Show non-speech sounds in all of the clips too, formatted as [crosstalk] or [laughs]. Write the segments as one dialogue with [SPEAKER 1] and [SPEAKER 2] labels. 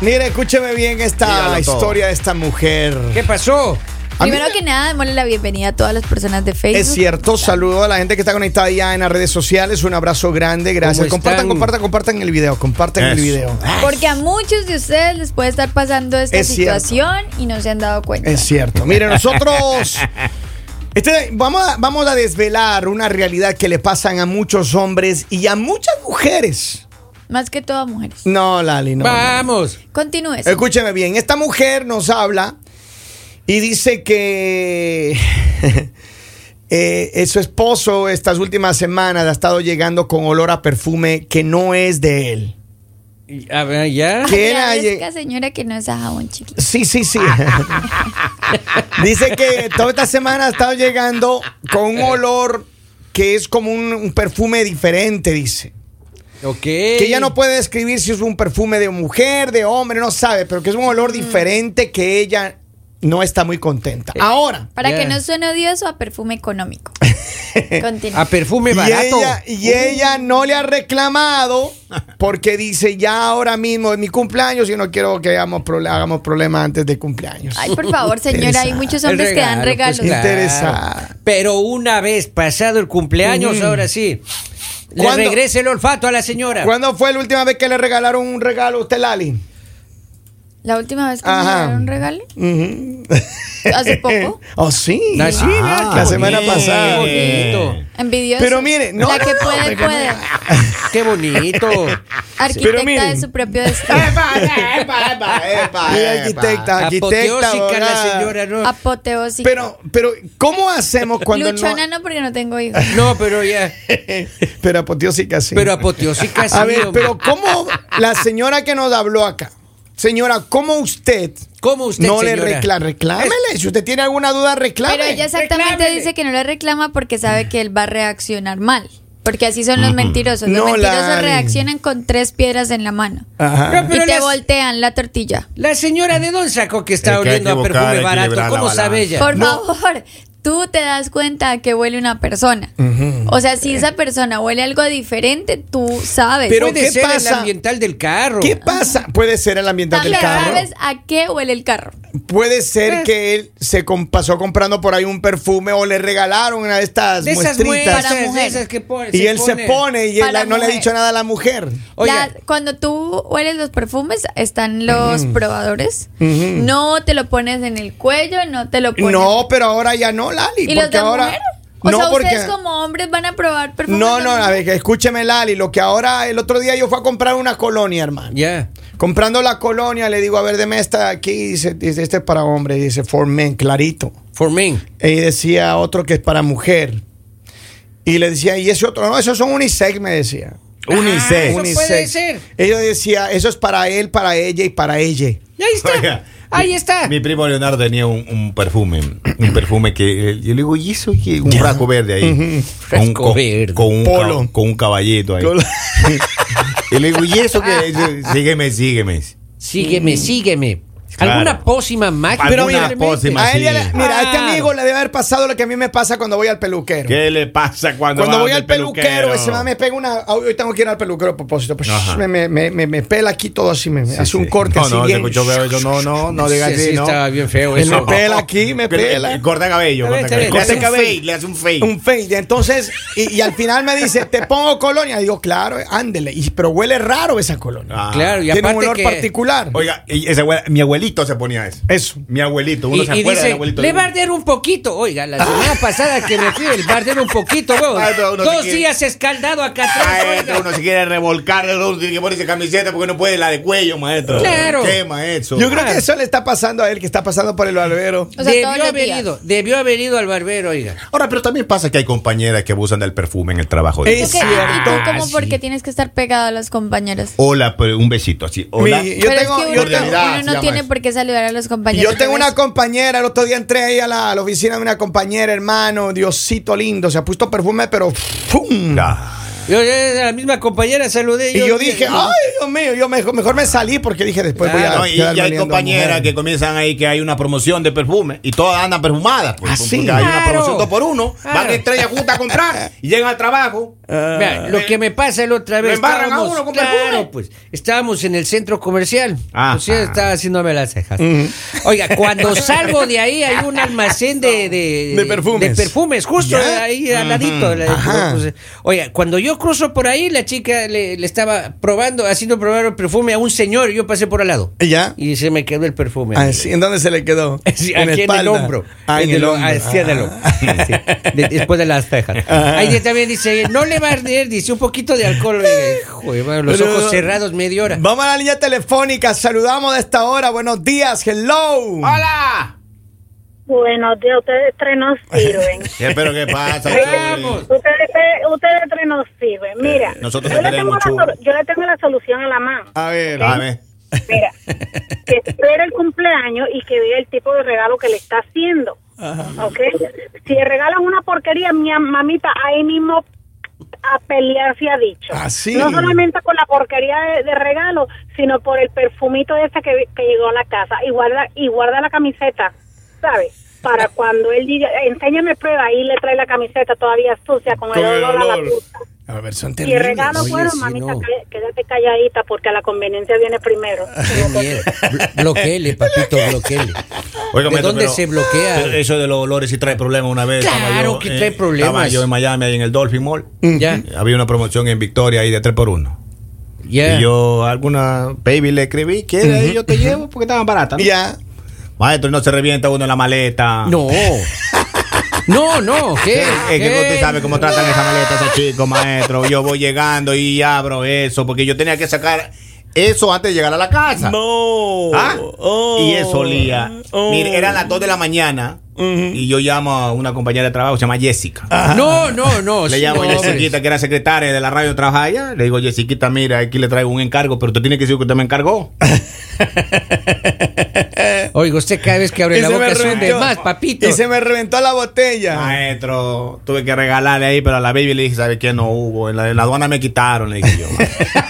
[SPEAKER 1] Mire, escúcheme bien esta
[SPEAKER 2] Dígalo todo.
[SPEAKER 1] historia de esta mujer.
[SPEAKER 3] ¿Qué pasó?
[SPEAKER 1] A mí
[SPEAKER 4] Primero que nada, démosle la bienvenida a todas las personas de Facebook.
[SPEAKER 1] Es cierto, saludo a la gente que está conectada ya en las redes sociales. Un abrazo grande, gracias.
[SPEAKER 3] ¿Cómo
[SPEAKER 1] Compartan,
[SPEAKER 3] están?
[SPEAKER 1] compartan, compartan el video, compartan el
[SPEAKER 2] Eso.
[SPEAKER 1] video.
[SPEAKER 4] Porque a muchos de ustedes les puede estar pasando esta
[SPEAKER 1] Es cierto.
[SPEAKER 4] situación y no se han dado cuenta.
[SPEAKER 1] Es cierto. Mire,
[SPEAKER 3] [laughs]
[SPEAKER 1] nosotros. Este, vamos, a, vamos a desvelar una realidad que le pasan a muchos hombres y a muchas mujeres.
[SPEAKER 4] Más que todo a mujeres.
[SPEAKER 1] No, Lali, no. no.
[SPEAKER 3] Vamos.
[SPEAKER 4] Continúe.
[SPEAKER 1] Escúcheme bien. Esta mujer nos habla y dice que [laughs] eh, eh, su esposo estas últimas semanas ha estado llegando con olor a perfume que no es de él.
[SPEAKER 3] Y- A ver, ya.
[SPEAKER 1] ¿Qué? ¿quién ha
[SPEAKER 4] Agradezca,
[SPEAKER 1] lleg-
[SPEAKER 4] señora, que no es a jabón chiquito.
[SPEAKER 1] Sí, sí, [laughs] sí. Dice que toda esta semana ha estado llegando con un olor que es como un, un perfume diferente, dice.
[SPEAKER 3] Ok.
[SPEAKER 1] Que ella no puede describir si es un perfume de mujer, de hombre, no sabe, pero que es un olor diferente que ella no está muy contenta. Ahora,
[SPEAKER 4] Para
[SPEAKER 3] Ya.
[SPEAKER 4] que no suene odioso a
[SPEAKER 1] [laughs]
[SPEAKER 4] perfume económico.
[SPEAKER 3] A
[SPEAKER 4] Continúe.
[SPEAKER 3] perfume
[SPEAKER 1] y
[SPEAKER 3] barato. Uh.
[SPEAKER 1] ella, y ella no le ha reclamado porque dice ya ahora mismo es mi cumpleaños y no quiero que hagamos, prole- hagamos problemas antes de cumpleaños.
[SPEAKER 4] Ay, por
[SPEAKER 1] [laughs]
[SPEAKER 4] favor, señora, hay muchos
[SPEAKER 3] El
[SPEAKER 4] hombres que dan
[SPEAKER 3] regalo,
[SPEAKER 4] regalos.
[SPEAKER 3] pues, claro.
[SPEAKER 1] Interesada.
[SPEAKER 3] Pero una vez pasado el cumpleaños,
[SPEAKER 1] Mm.
[SPEAKER 3] ahora sí. Le
[SPEAKER 1] ¿Cuándo?
[SPEAKER 3] regresa el olfato a la señora.
[SPEAKER 1] ¿Cuándo fue la última vez que le regalaron un regalo a usted, Lali?
[SPEAKER 4] La última vez que me
[SPEAKER 1] Ajá.
[SPEAKER 4] dieron un regalo,
[SPEAKER 1] Ujú.
[SPEAKER 4] hace poco.
[SPEAKER 1] [laughs] Oh, sí.
[SPEAKER 3] Ah, sí, vea,
[SPEAKER 1] Ah,
[SPEAKER 3] qué
[SPEAKER 1] la semana
[SPEAKER 3] bonito,
[SPEAKER 1] pasada.
[SPEAKER 3] Qué bonito.
[SPEAKER 4] Envidioso.
[SPEAKER 1] Pero mire, no,
[SPEAKER 4] La que
[SPEAKER 1] no, [laughs]
[SPEAKER 4] puede,
[SPEAKER 1] no,
[SPEAKER 4] puede.
[SPEAKER 3] Qué bonito.
[SPEAKER 1] Pero
[SPEAKER 4] Arquitecta
[SPEAKER 1] mire.
[SPEAKER 4] de su propio destino.
[SPEAKER 1] [laughs] Y [laughs] arquitecta, arquitecta.
[SPEAKER 3] Apoteósica la
[SPEAKER 1] abogada.
[SPEAKER 3] señora, ¿no?
[SPEAKER 4] Apoteosis.
[SPEAKER 1] Pero, pero, ¿cómo hacemos cuando
[SPEAKER 4] Luchona
[SPEAKER 1] no?
[SPEAKER 4] no, porque no tengo
[SPEAKER 1] [laughs]
[SPEAKER 4] hijos.
[SPEAKER 3] No, pero ya.
[SPEAKER 1] Pero apoteósica sí.
[SPEAKER 3] Pero apoteósica sí.
[SPEAKER 1] A ver,
[SPEAKER 3] hombre.
[SPEAKER 1] pero ¿cómo la señora que nos habló acá? Señora, ¿cómo usted
[SPEAKER 3] ¿Cómo usted,
[SPEAKER 1] no
[SPEAKER 3] señora?
[SPEAKER 1] le reclama? Reclámele. Si usted tiene alguna duda, reclame.
[SPEAKER 4] Pero ella exactamente
[SPEAKER 3] Reclámele.
[SPEAKER 4] dice que no le reclama porque sabe que él va a reaccionar mal. Porque así son los mentirosos. Los
[SPEAKER 1] No,
[SPEAKER 4] mentirosos
[SPEAKER 1] Lali. Ah,
[SPEAKER 4] reaccionan con tres piedras en la mano.
[SPEAKER 1] Ajá.
[SPEAKER 3] No, pero
[SPEAKER 4] y te
[SPEAKER 3] las-
[SPEAKER 4] voltean la tortilla.
[SPEAKER 3] La señora de Don sacó que está
[SPEAKER 2] Es que hay
[SPEAKER 3] oliendo
[SPEAKER 2] que
[SPEAKER 3] a
[SPEAKER 2] buscar,
[SPEAKER 3] perfume
[SPEAKER 2] equilibrar
[SPEAKER 3] barato.
[SPEAKER 2] la
[SPEAKER 3] ¿Cómo
[SPEAKER 2] balanza.
[SPEAKER 3] sabe ella?
[SPEAKER 4] Por
[SPEAKER 1] No.
[SPEAKER 4] favor, tú te das cuenta que huele una persona. O sea, si esa persona huele algo diferente, tú sabes.
[SPEAKER 1] Pero
[SPEAKER 3] Puede
[SPEAKER 1] ¿qué
[SPEAKER 3] ser el
[SPEAKER 1] pasa?
[SPEAKER 3] ambiental del carro.
[SPEAKER 1] ¿Qué pasa? Puede ser el ambiental del
[SPEAKER 4] también
[SPEAKER 1] carro.
[SPEAKER 4] sabes a qué huele el carro.
[SPEAKER 1] Puede ser
[SPEAKER 3] Eh.
[SPEAKER 1] que él se com- pasó comprando por ahí un perfume o le regalaron una de estas
[SPEAKER 3] De esas
[SPEAKER 1] muestritas.
[SPEAKER 4] Para
[SPEAKER 3] muestras, de
[SPEAKER 4] mujer.
[SPEAKER 3] esas que pone-
[SPEAKER 1] y él se pone y él
[SPEAKER 4] Para
[SPEAKER 1] no le ha
[SPEAKER 4] mujer.
[SPEAKER 1] dicho nada a la mujer.
[SPEAKER 3] Oiga,
[SPEAKER 4] La- cuando tú hueles los perfumes, están los probadores. No te lo pones en el cuello, no te lo pones.
[SPEAKER 1] No, pero ahora ya no, Lali.
[SPEAKER 4] ¿Y
[SPEAKER 1] porque
[SPEAKER 4] los de
[SPEAKER 1] ahora.
[SPEAKER 4] mujer? O
[SPEAKER 1] no,
[SPEAKER 4] sea,
[SPEAKER 1] porque.
[SPEAKER 4] ustedes como hombres van a probar perfumes.
[SPEAKER 1] No,
[SPEAKER 4] de
[SPEAKER 1] no,
[SPEAKER 4] mujer?
[SPEAKER 1] a ver, que escúcheme, Lali. Lo que ahora, el otro día yo fui a comprar una colonia, hermano.
[SPEAKER 3] ya.
[SPEAKER 1] Comprando la colonia, le digo, a ver, deme esta de aquí. Dice, dice, este es para hombre. Dice, for men, clarito.
[SPEAKER 3] For men.
[SPEAKER 1] Y decía otro que es para mujer. Y le decía, y ese otro, no, esos son unisex, me decía.
[SPEAKER 3] Unisex.
[SPEAKER 2] Ah, Unisex.
[SPEAKER 3] eso puede ser.
[SPEAKER 1] Ella decía, eso es para él, para ella y para ella.
[SPEAKER 3] Y Ahí está.
[SPEAKER 2] Oiga,
[SPEAKER 3] Ahí
[SPEAKER 2] mi-
[SPEAKER 3] está.
[SPEAKER 2] Mi primo Leonardo tenía un, un perfume, un perfume que eh, yo le digo, ¿y eso qué? Un frasco verde ahí. con, un
[SPEAKER 3] Frasco
[SPEAKER 2] co-
[SPEAKER 3] verde.
[SPEAKER 2] Con un, ca-
[SPEAKER 1] Polo.
[SPEAKER 2] con un caballito ahí. [laughs] y le digo, ¿y eso qué? Y dice, Sígueme, sígueme.
[SPEAKER 3] Sígueme, sígueme.
[SPEAKER 2] Claro.
[SPEAKER 3] ¿Alguna pócima mágica?
[SPEAKER 2] Alguna
[SPEAKER 3] Probablemente.
[SPEAKER 2] pócima.
[SPEAKER 1] A él ya le-
[SPEAKER 2] Así.
[SPEAKER 1] mira, a este
[SPEAKER 3] Claro.
[SPEAKER 1] amigo le debe haber pasado lo que a mí me pasa cuando voy al peluquero.
[SPEAKER 2] ¿Qué le pasa cuando
[SPEAKER 1] Cuando
[SPEAKER 2] va
[SPEAKER 1] voy
[SPEAKER 2] donde
[SPEAKER 1] al
[SPEAKER 2] el
[SPEAKER 1] peluquero, ese man me pega una. ah, Hoy tengo que ir al peluquero a propósito. Pues
[SPEAKER 2] Ajá.
[SPEAKER 1] me, me, me, me- me pela aquí todo así, me me
[SPEAKER 2] Sí,
[SPEAKER 1] hace un
[SPEAKER 2] sí.
[SPEAKER 1] corte
[SPEAKER 2] no,
[SPEAKER 1] así.
[SPEAKER 2] No, se
[SPEAKER 1] bien.
[SPEAKER 2] escuchó feo, yo, no, no, no digas
[SPEAKER 3] Sí,
[SPEAKER 2] así,
[SPEAKER 3] sí,
[SPEAKER 2] no.
[SPEAKER 3] estaba bien feo
[SPEAKER 1] Él me
[SPEAKER 3] eso.
[SPEAKER 1] pela aquí, me
[SPEAKER 2] Que le-
[SPEAKER 1] pela.
[SPEAKER 2] Corta cabello,
[SPEAKER 3] Está bien,
[SPEAKER 2] corta
[SPEAKER 3] está bien.
[SPEAKER 2] cabello. Le hace un
[SPEAKER 1] Corta cabello.
[SPEAKER 2] fade, le hace un fade.
[SPEAKER 1] Un fade. Entonces, y, y al final me dice, te pongo colonia. Digo, claro, ándele. Y- pero huele raro esa colonia.
[SPEAKER 2] Ah.
[SPEAKER 3] Claro, y
[SPEAKER 1] Tiene un
[SPEAKER 3] aparte
[SPEAKER 1] olor
[SPEAKER 3] que-
[SPEAKER 1] particular.
[SPEAKER 2] Oiga, y ese abue- mi abuelito se ponía eso.
[SPEAKER 1] Eso.
[SPEAKER 2] Mi abuelito, uno
[SPEAKER 3] Y,
[SPEAKER 2] se
[SPEAKER 3] y
[SPEAKER 2] acuerda del
[SPEAKER 3] dice,
[SPEAKER 2] abuelito.
[SPEAKER 3] le va a arder un poquito. Oiga, la
[SPEAKER 2] [laughs]
[SPEAKER 3] semana pasada que me fui, el va a arder un poquito, huevón.
[SPEAKER 2] Ah, no, uno se
[SPEAKER 3] Dos
[SPEAKER 2] quiere-
[SPEAKER 3] días escaldado acá atrás.
[SPEAKER 2] Maestro,
[SPEAKER 3] oiga.
[SPEAKER 2] Ah, este uno se quiere revolcar, uno tiene que ponerse camiseta porque no puede la de cuello, maestro.
[SPEAKER 3] Claro.
[SPEAKER 2] ¿Qué, maestro?
[SPEAKER 1] Yo
[SPEAKER 3] Ah.
[SPEAKER 1] creo que eso le está pasando a él, que está pasando por el barbero.
[SPEAKER 4] O sea, todos
[SPEAKER 3] debió
[SPEAKER 4] los
[SPEAKER 3] haber
[SPEAKER 4] días.
[SPEAKER 3] ido, debió haber ido al barbero, oiga.
[SPEAKER 2] Ahora, pero también pasa que hay compañeras que abusan del perfume en el trabajo. de
[SPEAKER 1] Es
[SPEAKER 4] ¿Tú qué? ¿Y tú
[SPEAKER 1] cierto.
[SPEAKER 4] como
[SPEAKER 3] Ah, sí.
[SPEAKER 4] porque tienes que estar pegado a los compañeros?
[SPEAKER 2] Hola, pero un besito así. Hola.
[SPEAKER 1] Mi- yo-
[SPEAKER 4] Pero es
[SPEAKER 1] tengo-
[SPEAKER 4] que uno,
[SPEAKER 1] yo
[SPEAKER 4] uno
[SPEAKER 2] tengo-
[SPEAKER 4] no
[SPEAKER 2] se llama
[SPEAKER 4] tiene
[SPEAKER 2] eso.
[SPEAKER 4] por qué saludar a los compañeros.
[SPEAKER 1] Yo tengo
[SPEAKER 4] Pero
[SPEAKER 1] una
[SPEAKER 4] es-
[SPEAKER 1] compañera, el otro día entré ahí a la, a la oficina de una compañera, hermano, Diosito lindo, se ha puesto perfume, pero ¡fum!
[SPEAKER 2] Ah,
[SPEAKER 3] Yo eh, a la misma compañera saludé. "Ah".
[SPEAKER 1] Y yo dije, ay, Dios mío, yo mejor, mejor me salí porque dije después voy a
[SPEAKER 2] no, y, y
[SPEAKER 1] quedarme
[SPEAKER 2] hay
[SPEAKER 1] oliendo a
[SPEAKER 2] compañeras
[SPEAKER 1] mujer.
[SPEAKER 2] que comienzan ahí que hay una promoción de perfume y todas andan perfumadas. Pues,
[SPEAKER 1] Ah, sí.
[SPEAKER 2] porque hay una
[SPEAKER 3] Claro.
[SPEAKER 2] promoción dos por uno.
[SPEAKER 3] Claro. [laughs]
[SPEAKER 2] Van estrellas juntas a comprar y llegan al trabajo.
[SPEAKER 3] Vea, lo que me pasa la otra vez.
[SPEAKER 2] me embarran a
[SPEAKER 3] estábamos-
[SPEAKER 2] uno con perfume.
[SPEAKER 3] claro, pues. Estábamos en el centro comercial.
[SPEAKER 2] Ah.
[SPEAKER 3] O sea, estaba haciéndome las cejas. Oiga, cuando salgo de ahí hay un almacén de, de,
[SPEAKER 1] De perfumes.
[SPEAKER 3] de perfumes, justo
[SPEAKER 1] ¿Ya?
[SPEAKER 3] ahí al ladito. la-
[SPEAKER 1] Ajá.
[SPEAKER 3] pues, oiga, cuando yo cruzo por ahí, la chica le, le estaba probando, haciendo probar el perfume a un señor. y Yo pasé por al lado.
[SPEAKER 1] ¿Ya?
[SPEAKER 3] Y se me quedó el perfume.
[SPEAKER 1] Así, Ah, ¿En dónde se le quedó?
[SPEAKER 3] [laughs] Sí, aquí en el
[SPEAKER 1] espalda.
[SPEAKER 3] hombro.
[SPEAKER 1] Ah, en
[SPEAKER 3] De
[SPEAKER 1] el
[SPEAKER 3] lo-
[SPEAKER 1] hombro.
[SPEAKER 3] así en el hombro. Sí, de- después de las cejas.
[SPEAKER 1] Ah.
[SPEAKER 3] Ahí también dice, no le va a arder, dice un poquito
[SPEAKER 1] [laughs]
[SPEAKER 3] de alcohol. eh, hijo de madre, los
[SPEAKER 1] Pero-
[SPEAKER 3] ojos cerrados media hora.
[SPEAKER 1] [laughs] Vamos a la línea telefónica, saludamos de esta hora. Buenos días, hello.
[SPEAKER 2] ¡Hola!
[SPEAKER 5] Buenos días, ustedes tres no sirven.
[SPEAKER 2] Eh, ¿Pero qué pasa?
[SPEAKER 3] Vamos.
[SPEAKER 5] ustedes, tres- ustedes tres no sirven. Mira,
[SPEAKER 2] Nosotros
[SPEAKER 5] yo,
[SPEAKER 2] te
[SPEAKER 5] le tengo
[SPEAKER 2] queremos,
[SPEAKER 5] la,
[SPEAKER 2] Chu.
[SPEAKER 5] sol- yo le tengo la solución a la mano.
[SPEAKER 1] A ver,
[SPEAKER 2] A ver.
[SPEAKER 5] Mira, que espera el cumpleaños y que vea el tipo de regalo que le está haciendo. ¿Ok? Si le regalan una porquería, mi am- mamita, ahí mismo a pelear se ha dicho.
[SPEAKER 1] Ah, sí.
[SPEAKER 5] No solamente con la porquería de, de regalo, sino por el perfumito ese que, que llegó a la casa. Y guarda, y guarda la camiseta, ¿sabes? Para cuando él diga, enséñame prueba, y le trae la camiseta todavía sucia con,
[SPEAKER 1] con el
[SPEAKER 5] el olor a la
[SPEAKER 1] olor.
[SPEAKER 5] puta.
[SPEAKER 1] A ver, son
[SPEAKER 5] Y el
[SPEAKER 1] terribles.
[SPEAKER 5] regalo, pues.
[SPEAKER 3] Oye,
[SPEAKER 5] bueno,
[SPEAKER 3] sí,
[SPEAKER 5] mamita,
[SPEAKER 3] no.
[SPEAKER 5] calla- quédate calladita porque la conveniencia viene
[SPEAKER 1] [laughs]
[SPEAKER 5] primero.
[SPEAKER 3] Qué miedo. Blo- Bloqueele, papito, bloqueele.
[SPEAKER 2] Oiga,
[SPEAKER 3] ¿De
[SPEAKER 2] maestro,
[SPEAKER 3] dónde
[SPEAKER 2] pero-
[SPEAKER 3] se bloquea?
[SPEAKER 2] pero Eso de los olores sí trae problemas una vez.
[SPEAKER 3] Claro
[SPEAKER 2] estaba yo,
[SPEAKER 3] que trae
[SPEAKER 2] Estaba
[SPEAKER 3] problemas.
[SPEAKER 2] yo en Miami, ahí en el Dolphin Mall.
[SPEAKER 3] Ya,
[SPEAKER 2] Había una promoción en Victoria ahí de 3 por 1
[SPEAKER 3] ya.
[SPEAKER 2] Y yo a alguna baby le escribí, ¿quieres? ahí yo te llevo porque estaban baratas. ¿no?
[SPEAKER 1] Ya.
[SPEAKER 2] Maestro, no se revienta uno en la
[SPEAKER 1] ah.
[SPEAKER 2] maleta.
[SPEAKER 3] No. No, no, ¿qué?
[SPEAKER 2] Es
[SPEAKER 1] Eh,
[SPEAKER 2] que
[SPEAKER 3] ¿Qué?
[SPEAKER 2] usted sabe cómo tratan esa maleta ese chico, maestro. Yo voy llegando y abro eso porque yo tenía que sacar eso antes de llegar a la casa.
[SPEAKER 1] No.
[SPEAKER 2] ¿Ah?
[SPEAKER 1] Oh.
[SPEAKER 2] Y eso olía.
[SPEAKER 1] Oh.
[SPEAKER 2] Mire, eran las 2 de la mañana y yo llamo a una compañera de trabajo, se llama Jessica.
[SPEAKER 3] No, no,
[SPEAKER 1] Oh,
[SPEAKER 3] no.
[SPEAKER 2] Le
[SPEAKER 3] sí,
[SPEAKER 2] llamo
[SPEAKER 3] no,
[SPEAKER 2] a
[SPEAKER 3] hombre.
[SPEAKER 2] Jessiquita, que era secretaria de la radio, trabajaba allá. Le digo, Jessiquita, mira, aquí le traigo un encargo, pero tú tienes que decir que usted me encargó.
[SPEAKER 3] Oiga, usted cada vez que abre la boca sube más, papito.
[SPEAKER 1] Y se me reventó la botella.
[SPEAKER 2] Maestro, tuve que regalarle ahí, pero a la baby le dije, ¿sabe qué? No hubo. En la, en la aduana me quitaron, le dije yo. [laughs]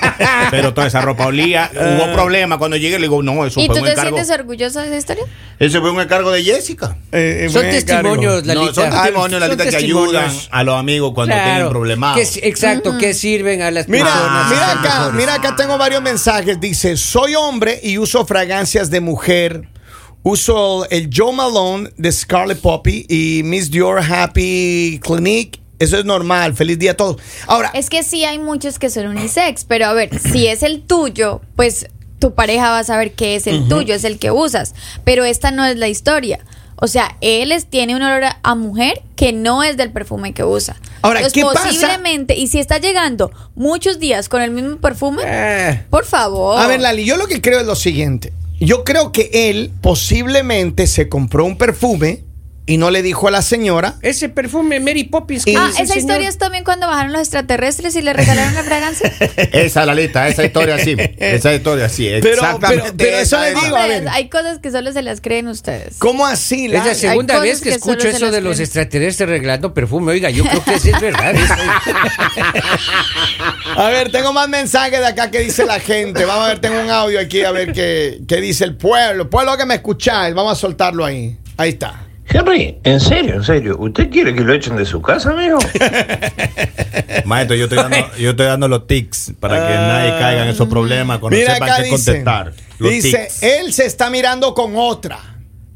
[SPEAKER 2] pero toda esa ropa olía. Hubo problema cuando llegué, le digo, no, eso
[SPEAKER 4] ¿Y
[SPEAKER 2] fue
[SPEAKER 1] pues,
[SPEAKER 4] tú
[SPEAKER 2] un
[SPEAKER 4] te
[SPEAKER 2] encargo.
[SPEAKER 4] sientes orgullosa de esa historia?
[SPEAKER 2] Ese fue un encargo de Jessica.
[SPEAKER 1] Eh, eh,
[SPEAKER 3] Son
[SPEAKER 1] buen
[SPEAKER 3] testimonios,
[SPEAKER 1] cargo.
[SPEAKER 3] Lalita.
[SPEAKER 2] No, son testimonios,
[SPEAKER 3] Ah, Son
[SPEAKER 2] Lalita, que ayudan
[SPEAKER 3] testimonios.
[SPEAKER 2] a los amigos cuando
[SPEAKER 3] Claro,
[SPEAKER 2] tienen problemas.
[SPEAKER 3] que si- exacto,
[SPEAKER 4] Ah.
[SPEAKER 3] que sirven a las
[SPEAKER 1] Mira,
[SPEAKER 3] personas.
[SPEAKER 1] mira
[SPEAKER 3] están
[SPEAKER 1] acá,
[SPEAKER 3] mejores.
[SPEAKER 1] mira acá tengo varios mensajes. Dice, soy hombre y uso fragancias de mujer. Uso el Joe Malone de Scarlet Poppy y Miss Dior Happy Clinique. Eso es normal. Feliz día a todos. Ahora,
[SPEAKER 4] Es que sí hay muchos que son unisex, pero a ver, si es el tuyo, pues tu pareja va a saber que es el tuyo, es el que usas. Pero esta no es la historia. O sea, él es- tiene un olor a- a mujer que no es del perfume que usa.
[SPEAKER 1] Ahora, ¿qué pasa?
[SPEAKER 4] posiblemente, y si está llegando muchos días con el mismo perfume,
[SPEAKER 3] Eh.
[SPEAKER 4] por favor. Ah,
[SPEAKER 1] a ver, Lali, yo lo que creo es lo siguiente. Yo creo que él posiblemente se compró un perfume y no le dijo a la señora.
[SPEAKER 3] Ese perfume Mary Poppins.
[SPEAKER 1] Y-
[SPEAKER 3] que
[SPEAKER 4] Ah,
[SPEAKER 3] dice el
[SPEAKER 4] esa
[SPEAKER 3] señor.
[SPEAKER 4] historia es también cuando bajaron los extraterrestres y le regalaron
[SPEAKER 1] [laughs]
[SPEAKER 4] la fragancia.
[SPEAKER 2] Esa Lalita, esa historia sí. Esa historia sí.
[SPEAKER 1] pero-
[SPEAKER 2] Exactamente.
[SPEAKER 1] pero eso
[SPEAKER 2] esa
[SPEAKER 1] le
[SPEAKER 2] es la-
[SPEAKER 1] digo. a ver.
[SPEAKER 4] Pues, hay cosas que solo se las creen ustedes.
[SPEAKER 1] ¿Cómo así?
[SPEAKER 3] Es la
[SPEAKER 1] Lali?
[SPEAKER 3] segunda
[SPEAKER 4] cosas
[SPEAKER 3] vez que,
[SPEAKER 4] que solo
[SPEAKER 3] escucho
[SPEAKER 4] se
[SPEAKER 3] eso
[SPEAKER 4] las
[SPEAKER 3] de los
[SPEAKER 4] creen.
[SPEAKER 3] extraterrestres reglando perfume. Oiga, yo creo que sí es verdad.
[SPEAKER 1] A ver, tengo más mensajes de acá que dice la gente. Vamos a ver, tengo un audio aquí a ver qué, qué dice el pueblo. Pueblo que me escucháis, vamos a soltarlo ahí. Ahí está.
[SPEAKER 6] Henry, en serio, en serio, ¿usted quiere que lo echen de su casa, amigo?
[SPEAKER 2] Maestro, yo estoy dando, yo estoy dando los tics para que nadie caiga en esos problemas cuando
[SPEAKER 1] Mira
[SPEAKER 2] sepan
[SPEAKER 1] acá
[SPEAKER 2] qué
[SPEAKER 1] dice.
[SPEAKER 2] contestar. Los
[SPEAKER 1] dice,
[SPEAKER 2] tics.
[SPEAKER 1] él se está mirando con otra.
[SPEAKER 4] [laughs]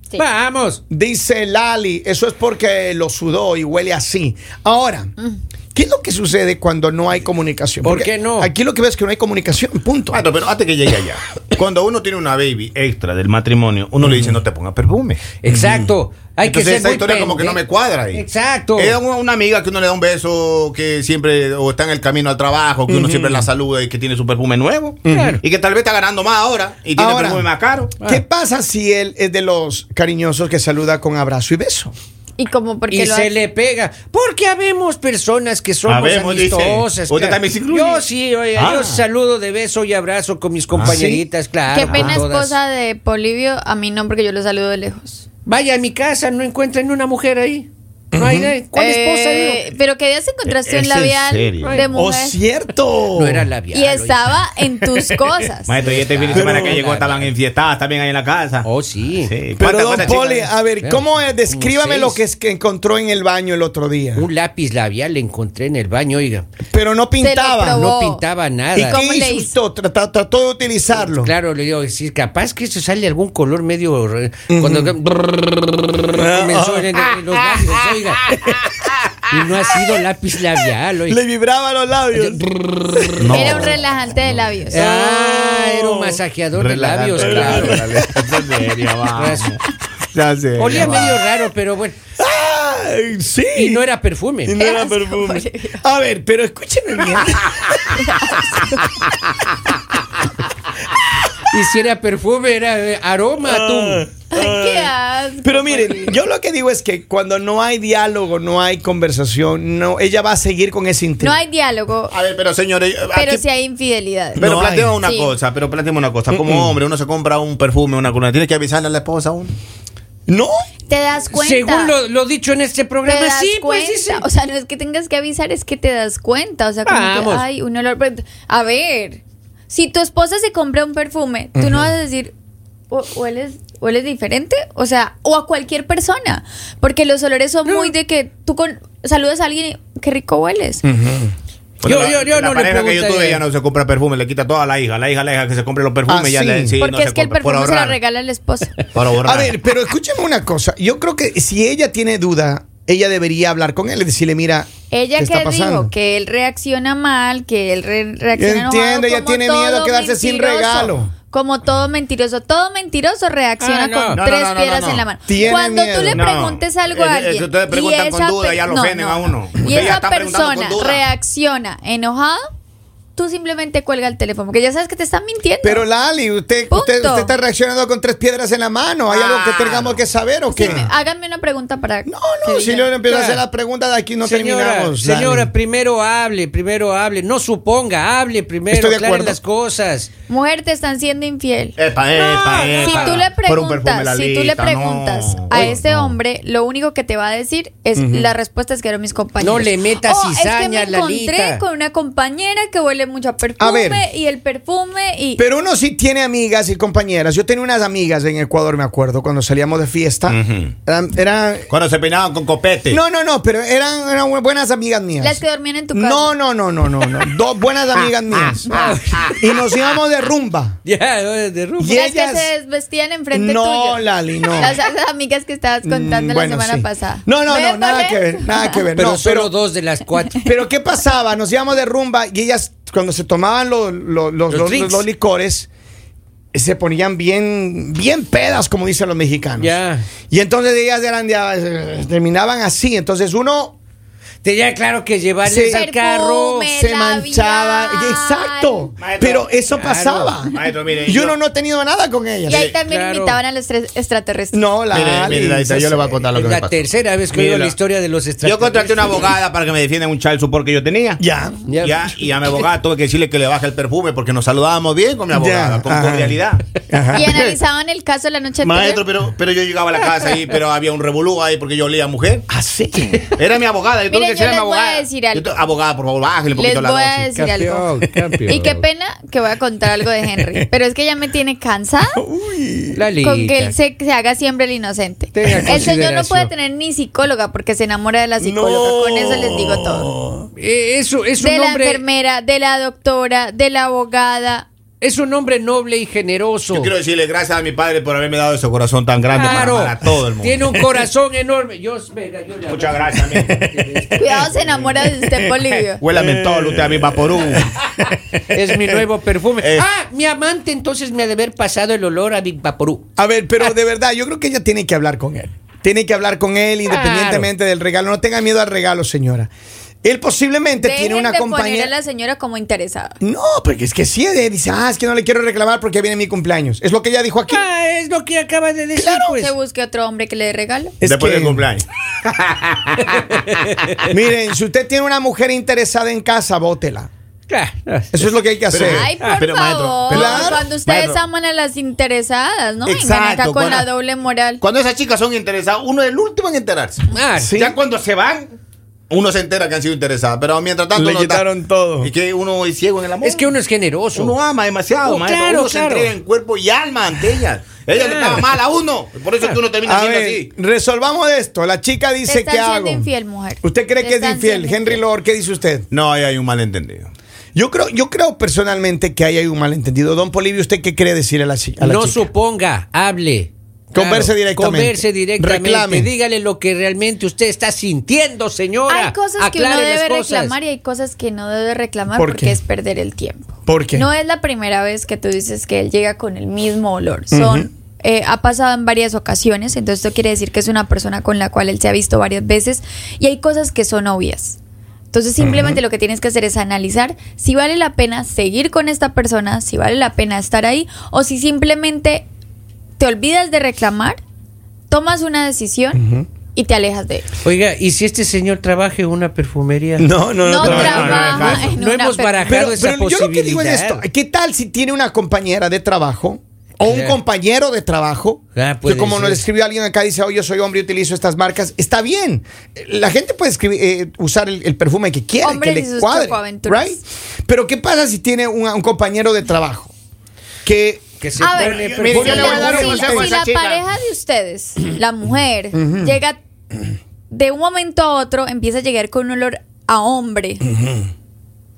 [SPEAKER 4] Sí.
[SPEAKER 3] Vamos.
[SPEAKER 1] Dice Lali, eso es porque lo sudó y huele así. Ahora, ¿qué es lo que sucede cuando no hay comunicación?
[SPEAKER 3] ¿Por
[SPEAKER 1] Porque
[SPEAKER 3] qué no? Ah,
[SPEAKER 1] Aquí lo que ves es que no hay comunicación, punto.
[SPEAKER 2] Maestro, Ah, pero antes que llegue allá, cuando uno tiene una baby extra del matrimonio, uno le dice no te pongas perfume.
[SPEAKER 3] Exacto. Hay
[SPEAKER 2] Entonces
[SPEAKER 3] que ser
[SPEAKER 2] esa
[SPEAKER 3] muy
[SPEAKER 2] historia como que no
[SPEAKER 3] pende-
[SPEAKER 2] me cuadra ahí.
[SPEAKER 3] Exacto.
[SPEAKER 2] Es una, una amiga que uno le da un beso que siempre o está en el camino al trabajo, que uno siempre la saluda y que tiene su perfume nuevo.
[SPEAKER 3] Claro.
[SPEAKER 2] Y que tal vez está ganando más ahora y tiene
[SPEAKER 1] Ahora.
[SPEAKER 2] perfume más caro.
[SPEAKER 1] ¿Qué
[SPEAKER 3] Ah.
[SPEAKER 1] pasa si él es de los cariñosos que saluda con abrazo y beso?
[SPEAKER 4] Y como porque
[SPEAKER 3] y
[SPEAKER 4] lo
[SPEAKER 3] se
[SPEAKER 4] hace-
[SPEAKER 3] le pega. Porque habemos personas que somos
[SPEAKER 2] Habemos, dice.
[SPEAKER 3] amistosas.
[SPEAKER 2] Usted
[SPEAKER 3] claro.
[SPEAKER 2] también se incluye.
[SPEAKER 3] Yo sí, oiga,
[SPEAKER 2] Ah.
[SPEAKER 3] yo saludo de beso y abrazo con mis compañeritas, claro.
[SPEAKER 4] Qué
[SPEAKER 3] con
[SPEAKER 4] pena
[SPEAKER 3] todas.
[SPEAKER 4] esposa de Polivio, a mí no, porque yo lo saludo de lejos.
[SPEAKER 3] Vaya a mi casa, no encuentren una mujer ahí. No hay nadie. ¿Cuál esposa
[SPEAKER 4] Eh,
[SPEAKER 3] digo?
[SPEAKER 4] Pero querías encontraste
[SPEAKER 2] ¿Es
[SPEAKER 4] un
[SPEAKER 2] en
[SPEAKER 4] labial
[SPEAKER 2] serio?
[SPEAKER 4] de
[SPEAKER 1] ¡Oh,
[SPEAKER 4] mujer.
[SPEAKER 1] cierto!
[SPEAKER 3] No era labial.
[SPEAKER 4] y estaba en tus cosas.
[SPEAKER 2] Maestro, y este fin de
[SPEAKER 3] Pero-
[SPEAKER 2] semana que llegó estaban enfiestadas también ahí en la casa.
[SPEAKER 3] Oh, sí.
[SPEAKER 2] Ah, Sí.
[SPEAKER 1] Pero
[SPEAKER 2] ¿Cuántas-
[SPEAKER 1] don
[SPEAKER 2] cuántas
[SPEAKER 1] Poli,
[SPEAKER 2] chicas?
[SPEAKER 1] a ver,
[SPEAKER 3] Claro.
[SPEAKER 1] ¿cómo es?
[SPEAKER 3] Como
[SPEAKER 1] Descríbame
[SPEAKER 3] seis.
[SPEAKER 1] lo que, es que encontró en el baño el otro día.
[SPEAKER 3] Un lápiz labial le encontré en el baño, oiga.
[SPEAKER 1] Pero no pintaba.
[SPEAKER 4] probó.
[SPEAKER 3] No
[SPEAKER 4] Oh.
[SPEAKER 3] pintaba
[SPEAKER 1] ¿Y
[SPEAKER 3] nada.
[SPEAKER 4] ¿Cómo
[SPEAKER 1] qué
[SPEAKER 4] le
[SPEAKER 1] hizo
[SPEAKER 4] hizo?
[SPEAKER 1] usted? Trata- Trató de utilizarlo.
[SPEAKER 3] Claro, le digo, sí, capaz que eso sale algún color medio. re- Cuando
[SPEAKER 1] Ah,
[SPEAKER 3] comenzó en- en los labios, oiga. Y no ha sido lápiz labial, oiga.
[SPEAKER 1] Le vibraba los labios.
[SPEAKER 2] No.
[SPEAKER 4] Era un relajante de labios.
[SPEAKER 3] Ah, era un masajeador de
[SPEAKER 2] [laughs] Relájate,
[SPEAKER 3] labios,
[SPEAKER 2] relájate,
[SPEAKER 3] claro.
[SPEAKER 2] relájate. [laughs] En serio, va.
[SPEAKER 3] Gracias.
[SPEAKER 2] Ya sé.
[SPEAKER 3] Olía
[SPEAKER 2] va.
[SPEAKER 3] medio raro, pero bueno.
[SPEAKER 1] Ay, sí.
[SPEAKER 3] Y no era
[SPEAKER 1] Y
[SPEAKER 3] perfume.
[SPEAKER 1] no era
[SPEAKER 4] Asco,
[SPEAKER 1] perfume.
[SPEAKER 4] Poli.
[SPEAKER 1] A ver, pero escúcheme bien.
[SPEAKER 3] Y si era perfume, era eh, aroma,
[SPEAKER 4] Ah,
[SPEAKER 1] Ah.
[SPEAKER 3] tú.
[SPEAKER 4] Qué asco,
[SPEAKER 1] Pero
[SPEAKER 4] Poli.
[SPEAKER 1] miren, yo lo que digo es que cuando no hay diálogo, no hay conversación, no, ella va a seguir con ese intento.
[SPEAKER 4] no hay diálogo,
[SPEAKER 2] A ver, pero señores. eh,
[SPEAKER 4] pero
[SPEAKER 2] aquí-
[SPEAKER 4] sí hay infidelidad.
[SPEAKER 2] Pero
[SPEAKER 1] No
[SPEAKER 2] planteemos
[SPEAKER 1] hay.
[SPEAKER 2] una
[SPEAKER 4] Sí.
[SPEAKER 2] cosa, pero planteemos una cosa. Como hombre, uno se compra un perfume, una cuna. Tiene que avisarle a la esposa aún.
[SPEAKER 1] ¿No?
[SPEAKER 4] Te das cuenta.
[SPEAKER 3] Según lo, lo dicho en este
[SPEAKER 4] te
[SPEAKER 3] programa,
[SPEAKER 4] das
[SPEAKER 3] sí,
[SPEAKER 4] cuenta.
[SPEAKER 3] pues sí, sí.
[SPEAKER 4] O sea, no es que tengas que avisar, es que te das cuenta. O sea, como
[SPEAKER 3] Vamos.
[SPEAKER 4] que hay un olor. pero- pues, A ver, si tu esposa se compra un perfume, tú no vas a decir, "Hu- hueles, hueles diferente. O sea, o a cualquier persona. Porque los olores son muy de que tú con, saludas a alguien y qué rico hueles.
[SPEAKER 3] Yo-
[SPEAKER 2] la-
[SPEAKER 3] yo- yo
[SPEAKER 2] la
[SPEAKER 3] no le
[SPEAKER 2] pareja que yo tuve
[SPEAKER 3] preguntaría.
[SPEAKER 2] ya no se compra perfume, le quita toda a la hija. La hija le deja que se compre los perfumes
[SPEAKER 1] Ah,
[SPEAKER 2] y ya
[SPEAKER 1] sí.
[SPEAKER 2] le sí, no
[SPEAKER 4] Porque es
[SPEAKER 2] se
[SPEAKER 4] que el
[SPEAKER 2] compra, por
[SPEAKER 4] perfume se lo
[SPEAKER 2] ahorrar.
[SPEAKER 4] regala la esposa.
[SPEAKER 2] Por ahorrar.
[SPEAKER 1] A ver, pero escúcheme una cosa. Yo creo que si ella tiene duda, ella debería hablar con él y decirle, mira,
[SPEAKER 4] Ella
[SPEAKER 1] ¿qué está
[SPEAKER 4] que dijo
[SPEAKER 1] pasando?
[SPEAKER 4] que él reacciona mal, que él re- reacciona enojado,
[SPEAKER 1] Entiendo, ella
[SPEAKER 4] como
[SPEAKER 1] tiene miedo a
[SPEAKER 4] todo
[SPEAKER 1] quedarse sin
[SPEAKER 4] mentiroso,
[SPEAKER 1] regalo.
[SPEAKER 4] Como todo mentiroso, todo mentiroso reacciona
[SPEAKER 3] Ah, no.
[SPEAKER 4] con
[SPEAKER 2] No, no,
[SPEAKER 4] tres
[SPEAKER 2] no, no,
[SPEAKER 4] piedras
[SPEAKER 2] no, no.
[SPEAKER 4] en la mano.
[SPEAKER 1] Tiene
[SPEAKER 4] Cuando
[SPEAKER 1] miedo.
[SPEAKER 4] tú le
[SPEAKER 2] No.
[SPEAKER 4] preguntes algo a
[SPEAKER 2] Eh, eh,
[SPEAKER 4] alguien,
[SPEAKER 2] si ustedes preguntan
[SPEAKER 4] y
[SPEAKER 2] con
[SPEAKER 4] esa
[SPEAKER 2] duda,
[SPEAKER 4] pe-
[SPEAKER 2] ya lo
[SPEAKER 4] no,
[SPEAKER 2] ofenden
[SPEAKER 4] no.
[SPEAKER 2] a uno.
[SPEAKER 4] Y
[SPEAKER 2] Ustedes ya
[SPEAKER 4] esa
[SPEAKER 2] están preguntando con
[SPEAKER 4] persona
[SPEAKER 2] duda.
[SPEAKER 4] reacciona enojado, tú simplemente cuelga el teléfono, porque ya sabes que te están mintiendo.
[SPEAKER 1] pero Lali, usted,
[SPEAKER 4] Punto. Ah.
[SPEAKER 1] usted, usted está reaccionando con tres piedras en la mano. ¿Hay algo que tengamos que saber o qué?
[SPEAKER 4] Háganme una pregunta para
[SPEAKER 1] No, no,
[SPEAKER 4] que
[SPEAKER 1] si
[SPEAKER 4] diga.
[SPEAKER 1] yo le empiezo a hacer
[SPEAKER 3] Claro.
[SPEAKER 1] la pregunta de aquí no terminamos. Lali.
[SPEAKER 3] señora, primero hable, primero hable, no suponga, hable primero,
[SPEAKER 1] Estoy de
[SPEAKER 3] aclare
[SPEAKER 1] acuerdo.
[SPEAKER 3] las cosas. [laughs]
[SPEAKER 4] Mujer, te están siendo infiel.
[SPEAKER 2] Epa, epa,
[SPEAKER 4] Si
[SPEAKER 2] epa.
[SPEAKER 4] tú le
[SPEAKER 2] Por un perfume la
[SPEAKER 4] preguntas, si tú le
[SPEAKER 2] lista,
[SPEAKER 4] preguntas
[SPEAKER 2] no.
[SPEAKER 4] a
[SPEAKER 2] Oye,
[SPEAKER 4] este
[SPEAKER 2] no.
[SPEAKER 4] hombre, lo único que te va a decir es la respuesta es que eran mis compañeros.
[SPEAKER 3] No le metas
[SPEAKER 4] Oh, Es que
[SPEAKER 3] cizaña,
[SPEAKER 4] me encontré
[SPEAKER 3] Lalita.
[SPEAKER 4] con una compañera que huele mucho a perfume
[SPEAKER 1] A ver.
[SPEAKER 4] y el perfume y
[SPEAKER 1] Pero uno sí tiene amigas y compañeras. Yo tenía unas amigas en Ecuador, me acuerdo, cuando salíamos de fiesta.
[SPEAKER 2] Ujú.
[SPEAKER 1] Eran- eran-
[SPEAKER 2] Cuando se peinaban con copete.
[SPEAKER 1] No, no, no, pero eran, eran buenas amigas mías.
[SPEAKER 4] las que dormían en tu Ah, casa.
[SPEAKER 1] No, no, no, no, no, no.
[SPEAKER 4] [laughs]
[SPEAKER 1] Dos buenas amigas mías. Y nos íbamos de rumba.
[SPEAKER 3] Ya, eh, de rumbo.
[SPEAKER 1] Yeah.
[SPEAKER 4] Las
[SPEAKER 1] ellas-
[SPEAKER 4] que se vestían enfrente
[SPEAKER 1] No,
[SPEAKER 4] tuyo.
[SPEAKER 1] Lali, no.
[SPEAKER 4] Las, las amigas que estabas contando
[SPEAKER 1] Mm,
[SPEAKER 4] la
[SPEAKER 1] bueno,
[SPEAKER 4] semana
[SPEAKER 1] sí.
[SPEAKER 4] pasada.
[SPEAKER 1] No, no, no,
[SPEAKER 4] ¿Ves,
[SPEAKER 1] nada
[SPEAKER 4] Valen?
[SPEAKER 1] que ver, nada que ver.
[SPEAKER 3] Pero
[SPEAKER 1] no,
[SPEAKER 3] solo dos de las
[SPEAKER 2] [laughs]
[SPEAKER 3] cuatro.
[SPEAKER 1] Pero ¿qué pasaba? Nos íbamos de rumba y ellas, cuando se tomaban lo- lo- los,
[SPEAKER 3] Los
[SPEAKER 1] los-
[SPEAKER 3] drinks.
[SPEAKER 1] los licores, se ponían bien, bien pedas, como dicen los mexicanos.
[SPEAKER 3] Ya.
[SPEAKER 1] Y entonces ellas eran, ya, terminaban así. Entonces uno
[SPEAKER 3] Tenía claro que llevarles
[SPEAKER 1] Sí.
[SPEAKER 3] al carro.
[SPEAKER 4] Perfume.
[SPEAKER 1] se manchaba.
[SPEAKER 4] labial.
[SPEAKER 1] Exacto.
[SPEAKER 2] Maestro,
[SPEAKER 1] pero eso
[SPEAKER 3] claro.
[SPEAKER 1] pasaba.
[SPEAKER 2] Maestro, mire,
[SPEAKER 1] y uno
[SPEAKER 2] yo-
[SPEAKER 1] no ha tenido nada con ellas.
[SPEAKER 4] Y ahí también
[SPEAKER 3] claro.
[SPEAKER 4] invitaban a los tres extraterrestres.
[SPEAKER 1] No, la
[SPEAKER 2] Mire, mire, Lalita, yo le voy a contar lo
[SPEAKER 3] Es
[SPEAKER 2] que me
[SPEAKER 3] la
[SPEAKER 2] pasó.
[SPEAKER 3] tercera vez que
[SPEAKER 2] Mira,
[SPEAKER 3] oigo la historia de los
[SPEAKER 2] Yo contraté
[SPEAKER 3] extraterrestres.
[SPEAKER 2] una abogada para que me defienda un child support que yo tenía.
[SPEAKER 1] Ya.
[SPEAKER 3] Ya.
[SPEAKER 2] Ya, y a mi abogada tuve que decirle que le baje el perfume porque nos saludábamos bien con mi
[SPEAKER 1] Ya,
[SPEAKER 2] abogada, con
[SPEAKER 1] ajá.
[SPEAKER 2] cordialidad.
[SPEAKER 1] Ajá.
[SPEAKER 4] Y analizaban el caso la noche anterior.
[SPEAKER 2] Maestro, pero, pero yo llegaba a la casa y pero había un revolú ahí porque yo olía a mujer.
[SPEAKER 1] Así.
[SPEAKER 2] Era mi abogada, yo tuve
[SPEAKER 4] Miren,
[SPEAKER 2] que
[SPEAKER 4] yo
[SPEAKER 2] ser mi
[SPEAKER 4] les voy a
[SPEAKER 2] abogada.
[SPEAKER 4] decir algo.
[SPEAKER 2] Yo tu- abogada, por favor, bájale un poquito
[SPEAKER 4] Les
[SPEAKER 2] la
[SPEAKER 4] voy a
[SPEAKER 2] dosis.
[SPEAKER 4] decir algo.
[SPEAKER 3] Campeón, campeón.
[SPEAKER 4] Y qué pena que voy a contar algo de
[SPEAKER 2] [laughs]
[SPEAKER 4] Henry. Pero es que ya me tiene cansada
[SPEAKER 3] Lalita.
[SPEAKER 4] con que él se, se haga siempre el inocente.
[SPEAKER 3] Tenga
[SPEAKER 4] el señor no
[SPEAKER 3] consideración.
[SPEAKER 4] puede tener ni psicóloga porque se enamora de la psicóloga. Con eso les digo todo.
[SPEAKER 3] Eh, eso, es un
[SPEAKER 4] De la
[SPEAKER 3] hombre.
[SPEAKER 4] enfermera, de la doctora, de la abogada.
[SPEAKER 3] Es un hombre noble y generoso.
[SPEAKER 2] Yo quiero decirle gracias a mi padre por haberme dado ese corazón tan grande para-
[SPEAKER 3] Claro.
[SPEAKER 2] para, todo el mundo.
[SPEAKER 3] Tiene
[SPEAKER 2] [laughs]
[SPEAKER 3] un corazón enorme. Yo, venga, yo le
[SPEAKER 2] Muchas
[SPEAKER 3] abrazo.
[SPEAKER 2] gracias,
[SPEAKER 1] [laughs]
[SPEAKER 2] amigo.
[SPEAKER 4] Cuidado, se enamora de
[SPEAKER 2] [laughs]
[SPEAKER 4] usted, Bolivia.
[SPEAKER 2] Huele a mentol, usted a mi vaporú.
[SPEAKER 3] Es mi nuevo perfume.
[SPEAKER 2] [laughs] Eh.
[SPEAKER 3] Ah, mi amante entonces me ha de haber pasado el olor a Big Vaporú.
[SPEAKER 1] A ver,
[SPEAKER 4] Ah.
[SPEAKER 1] pero de verdad, yo creo que ella tiene que hablar con él. Tiene que hablar con él independientemente del regalo. No tenga miedo al regalo, señora. Él posiblemente
[SPEAKER 4] Dejen
[SPEAKER 1] tiene una
[SPEAKER 4] de poner a
[SPEAKER 1] compañera.
[SPEAKER 4] la señora como interesada.
[SPEAKER 1] No, porque es que sí, ella dice, ah, es que no le quiero reclamar porque viene mi cumpleaños. Es lo que ella dijo
[SPEAKER 4] [laughs]
[SPEAKER 1] aquí.
[SPEAKER 3] Ah, es lo que acaba de decir, pues.
[SPEAKER 4] Se busque otro hombre que le dé regalo.
[SPEAKER 1] Es
[SPEAKER 2] Después
[SPEAKER 1] que-
[SPEAKER 2] del cumpleaños.
[SPEAKER 1] Miren, si usted tiene una mujer interesada en casa, bótela.
[SPEAKER 3] Ah, no,
[SPEAKER 1] Eso es lo que hay que hacer.
[SPEAKER 4] Ay, por
[SPEAKER 2] Ah, pero, maestro,
[SPEAKER 4] favor.
[SPEAKER 1] pero- Claro.
[SPEAKER 4] Cuando ustedes
[SPEAKER 2] Maestro.
[SPEAKER 4] aman a las interesadas, ¿no? Vengan
[SPEAKER 2] Exacto,
[SPEAKER 4] acá con la
[SPEAKER 2] cuando-
[SPEAKER 4] doble moral.
[SPEAKER 2] Cuando esas chicas son interesadas, uno es el último en enterarse.
[SPEAKER 3] ah,
[SPEAKER 1] Sí.
[SPEAKER 2] Ya cuando se van, uno se entera que han sido interesadas. Pero mientras tanto,
[SPEAKER 1] Le
[SPEAKER 2] uno está-
[SPEAKER 1] quitaron todo.
[SPEAKER 2] Y que uno es ciego en el amor.
[SPEAKER 3] Es que uno es generoso.
[SPEAKER 2] Uno ama demasiado,
[SPEAKER 3] Oh,
[SPEAKER 2] maestro.
[SPEAKER 3] claro,
[SPEAKER 2] uno se
[SPEAKER 3] claro.
[SPEAKER 2] entrega en cuerpo y alma ante ellas. Ellas le
[SPEAKER 3] Claro.
[SPEAKER 2] pagan mal a uno. Por eso es que uno termina
[SPEAKER 1] A
[SPEAKER 2] siendo
[SPEAKER 1] ver,
[SPEAKER 2] así.
[SPEAKER 1] resolvamos esto. La chica
[SPEAKER 4] Te
[SPEAKER 1] dice
[SPEAKER 4] están
[SPEAKER 1] que
[SPEAKER 4] siendo
[SPEAKER 1] hago.
[SPEAKER 4] infiel, mujer.
[SPEAKER 1] ¿Usted cree
[SPEAKER 4] Te
[SPEAKER 1] que es
[SPEAKER 4] están
[SPEAKER 1] infiel?
[SPEAKER 4] siendo
[SPEAKER 1] Henry Lord, ¿qué dice usted?
[SPEAKER 2] No, ahí hay un malentendido.
[SPEAKER 1] Yo creo, yo creo personalmente que ahí hay un malentendido. Don Polivio, ¿usted qué cree decir a la, chi- a la
[SPEAKER 3] no
[SPEAKER 1] chica?
[SPEAKER 3] suponga, hable.
[SPEAKER 1] Converse directamente.
[SPEAKER 3] Converse directamente.
[SPEAKER 1] Reclame.
[SPEAKER 3] Dígale lo que realmente usted está sintiendo, señora.
[SPEAKER 4] Hay cosas que uno
[SPEAKER 3] Aclare las
[SPEAKER 4] debe
[SPEAKER 3] cosas.
[SPEAKER 4] reclamar y hay cosas que no debe reclamar
[SPEAKER 1] ¿Por
[SPEAKER 4] porque
[SPEAKER 1] qué?
[SPEAKER 4] es perder el tiempo.
[SPEAKER 1] ¿Por qué?
[SPEAKER 4] No es la primera vez que tú dices que él llega con el mismo olor. Son eh, ha pasado en varias ocasiones, entonces esto quiere decir que es una persona con la cual él se ha visto varias veces y hay cosas que son obvias. Entonces simplemente lo que tienes que hacer es analizar si vale la pena seguir con esta persona, si vale la pena estar ahí o si simplemente te olvidas de reclamar, tomas una decisión y te alejas de él.
[SPEAKER 3] Oiga, ¿y si este señor trabaja en una perfumería?
[SPEAKER 1] No, no, no.
[SPEAKER 4] No,
[SPEAKER 1] trabaja.
[SPEAKER 3] no,
[SPEAKER 4] trabaja
[SPEAKER 3] no, no,
[SPEAKER 4] en
[SPEAKER 3] no
[SPEAKER 4] una
[SPEAKER 3] hemos
[SPEAKER 4] pe-
[SPEAKER 3] barajado
[SPEAKER 1] Pero,
[SPEAKER 3] esa
[SPEAKER 1] pero yo lo que digo es esto.
[SPEAKER 3] posibilidad.
[SPEAKER 1] ¿Qué tal si tiene una compañera de trabajo o un
[SPEAKER 3] Ya.
[SPEAKER 1] compañero de trabajo?
[SPEAKER 3] Ah, puede
[SPEAKER 1] que como nos
[SPEAKER 3] ser.
[SPEAKER 1] escribió alguien acá, dice, oh, yo soy hombre y utilizo estas marcas. Está bien. La gente puede escribir, eh, usar el, el perfume que quiera,
[SPEAKER 4] Hombres
[SPEAKER 1] que
[SPEAKER 4] y
[SPEAKER 1] le
[SPEAKER 4] sus
[SPEAKER 1] cuadre.
[SPEAKER 4] chocoaventuras.
[SPEAKER 1] right? Pero ¿qué pasa si tiene un, un compañero de trabajo que...
[SPEAKER 3] Que se
[SPEAKER 4] A
[SPEAKER 3] pone
[SPEAKER 4] ver,
[SPEAKER 2] mire, yo
[SPEAKER 3] perfume.
[SPEAKER 2] le voy a dar un
[SPEAKER 4] si-
[SPEAKER 2] consejo a
[SPEAKER 4] si
[SPEAKER 2] esa
[SPEAKER 4] la
[SPEAKER 2] chica.
[SPEAKER 4] pareja de ustedes, [clears throat] la mujer, llega de un momento a otro, empieza a llegar con un olor a hombre.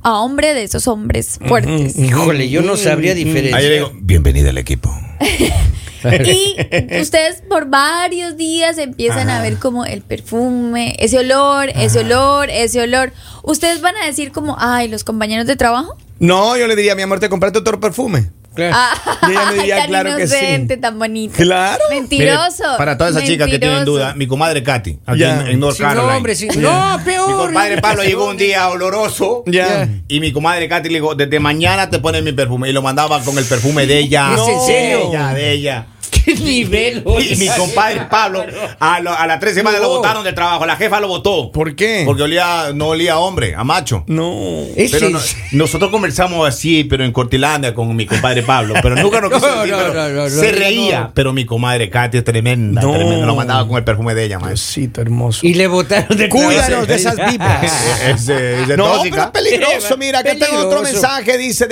[SPEAKER 4] A hombre de esos hombres
[SPEAKER 2] [laughs]
[SPEAKER 4] fuertes.
[SPEAKER 3] Híjole, yo no sabría
[SPEAKER 2] Mm, Ahí le
[SPEAKER 3] diferenciar.
[SPEAKER 2] digo, bienvenida al equipo.
[SPEAKER 4] Y ustedes por varios días empiezan a ver como el perfume, ese olor, ese olor, ese olor. Ustedes van a decir como, ay, los compañeros de trabajo.
[SPEAKER 2] [laughs]
[SPEAKER 1] No, yo le diría, mi amor, te compraste otro perfume.
[SPEAKER 3] Claro.
[SPEAKER 2] "Ah,
[SPEAKER 1] Yo
[SPEAKER 4] [laughs]
[SPEAKER 1] ya me diría,
[SPEAKER 4] tan
[SPEAKER 1] claro que sí.
[SPEAKER 4] inocente, tan bonito.
[SPEAKER 1] Claro.
[SPEAKER 4] Mentiroso.
[SPEAKER 2] Mire, para todas esas chicas que tienen
[SPEAKER 4] mentiroso.
[SPEAKER 2] duda, mi comadre Katy, aquí
[SPEAKER 1] Ya.
[SPEAKER 2] en, en North
[SPEAKER 3] Sí,
[SPEAKER 2] Carolina.
[SPEAKER 3] no, hombre, sí. No, peor.
[SPEAKER 2] Mi compadre Pablo llegó un día oloroso.
[SPEAKER 1] Ya.
[SPEAKER 2] Y mi comadre Katy le dijo, desde mañana te pones mi perfume. Y lo mandaba con el perfume de ella.
[SPEAKER 3] ¿Es en serio?
[SPEAKER 2] De ella, de ella.
[SPEAKER 3] [laughs] ¿Qué nivel?
[SPEAKER 2] Y mi compadre Pablo, a, lo- a las tres semanas lo
[SPEAKER 3] No.
[SPEAKER 2] botaron de trabajo. La jefa lo votó.
[SPEAKER 1] ¿Por qué?
[SPEAKER 2] Porque olía, no olía a hombre, a macho.
[SPEAKER 1] No.
[SPEAKER 3] Es
[SPEAKER 2] Pero
[SPEAKER 3] en
[SPEAKER 2] no- nosotros conversamos así, pero en Cortilandia con mi compadre Pablo. Pero nunca nos quiso
[SPEAKER 3] No,
[SPEAKER 2] decir,
[SPEAKER 3] no,
[SPEAKER 2] pero
[SPEAKER 3] no, no,
[SPEAKER 2] se
[SPEAKER 3] no,
[SPEAKER 2] reía.
[SPEAKER 3] no.
[SPEAKER 2] Pero mi comadre Katy es tremenda,
[SPEAKER 1] No.
[SPEAKER 2] tremenda. Lo mandaba con el perfume de ella, maestro.
[SPEAKER 1] Diosito hermoso.
[SPEAKER 3] Y le votaron de
[SPEAKER 1] Cuídanos
[SPEAKER 3] trabajo.
[SPEAKER 1] de esas
[SPEAKER 2] [laughs]
[SPEAKER 1] vibras.
[SPEAKER 2] Es, eh, es de
[SPEAKER 1] No, pero
[SPEAKER 2] tóxica.
[SPEAKER 1] es peligroso. Mira, acá tengo otro
[SPEAKER 3] Peligroso.
[SPEAKER 1] mensaje. Dice,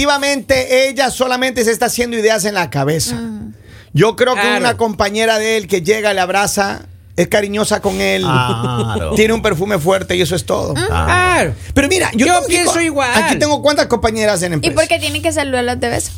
[SPEAKER 1] definitivamente ella solamente se está haciendo ideas en la cabeza. Yo creo que
[SPEAKER 3] Claro.
[SPEAKER 1] una compañera de él que llega, le abraza, es cariñosa con él,
[SPEAKER 2] Claro.
[SPEAKER 1] tiene un perfume fuerte y eso es todo.
[SPEAKER 3] [laughs]
[SPEAKER 2] Ah.
[SPEAKER 3] Claro.
[SPEAKER 1] Pero mira, yo,
[SPEAKER 3] Yo
[SPEAKER 1] tengo que-
[SPEAKER 3] pienso igual.
[SPEAKER 1] Aquí tengo cuántas compañeras en
[SPEAKER 4] ¿Y
[SPEAKER 1] empresa.
[SPEAKER 4] por qué tienen que saludarlas de beso?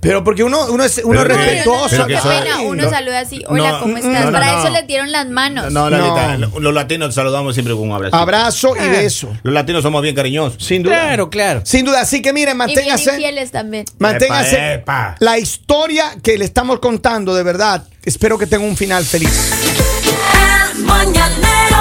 [SPEAKER 1] Pero porque uno, uno es uno
[SPEAKER 2] Pero
[SPEAKER 1] es
[SPEAKER 2] que-
[SPEAKER 1] respetuoso.
[SPEAKER 2] pero
[SPEAKER 4] qué
[SPEAKER 2] que
[SPEAKER 1] Gaby.
[SPEAKER 2] soy-
[SPEAKER 4] pena, uno
[SPEAKER 2] no.
[SPEAKER 4] saluda así. Hola,
[SPEAKER 2] No,
[SPEAKER 4] ¿cómo
[SPEAKER 2] no,
[SPEAKER 4] estás?
[SPEAKER 2] no,
[SPEAKER 4] Para
[SPEAKER 2] no.
[SPEAKER 4] eso le dieron las manos.
[SPEAKER 2] No, la
[SPEAKER 1] No.
[SPEAKER 2] neta, lo- los latinos saludamos siempre con un abrazo.
[SPEAKER 1] Abrazo y beso.
[SPEAKER 2] Los latinos somos bien cariñosos.
[SPEAKER 1] Sin duda.
[SPEAKER 3] Claro, claro.
[SPEAKER 1] Sin duda. Así que miren,
[SPEAKER 4] y bien
[SPEAKER 1] manténgase.
[SPEAKER 4] infieles también.
[SPEAKER 1] Manténgase.
[SPEAKER 2] Epa, epa.
[SPEAKER 1] La historia que le estamos contando, de verdad, espero que tenga un final feliz.
[SPEAKER 7] El mañanero.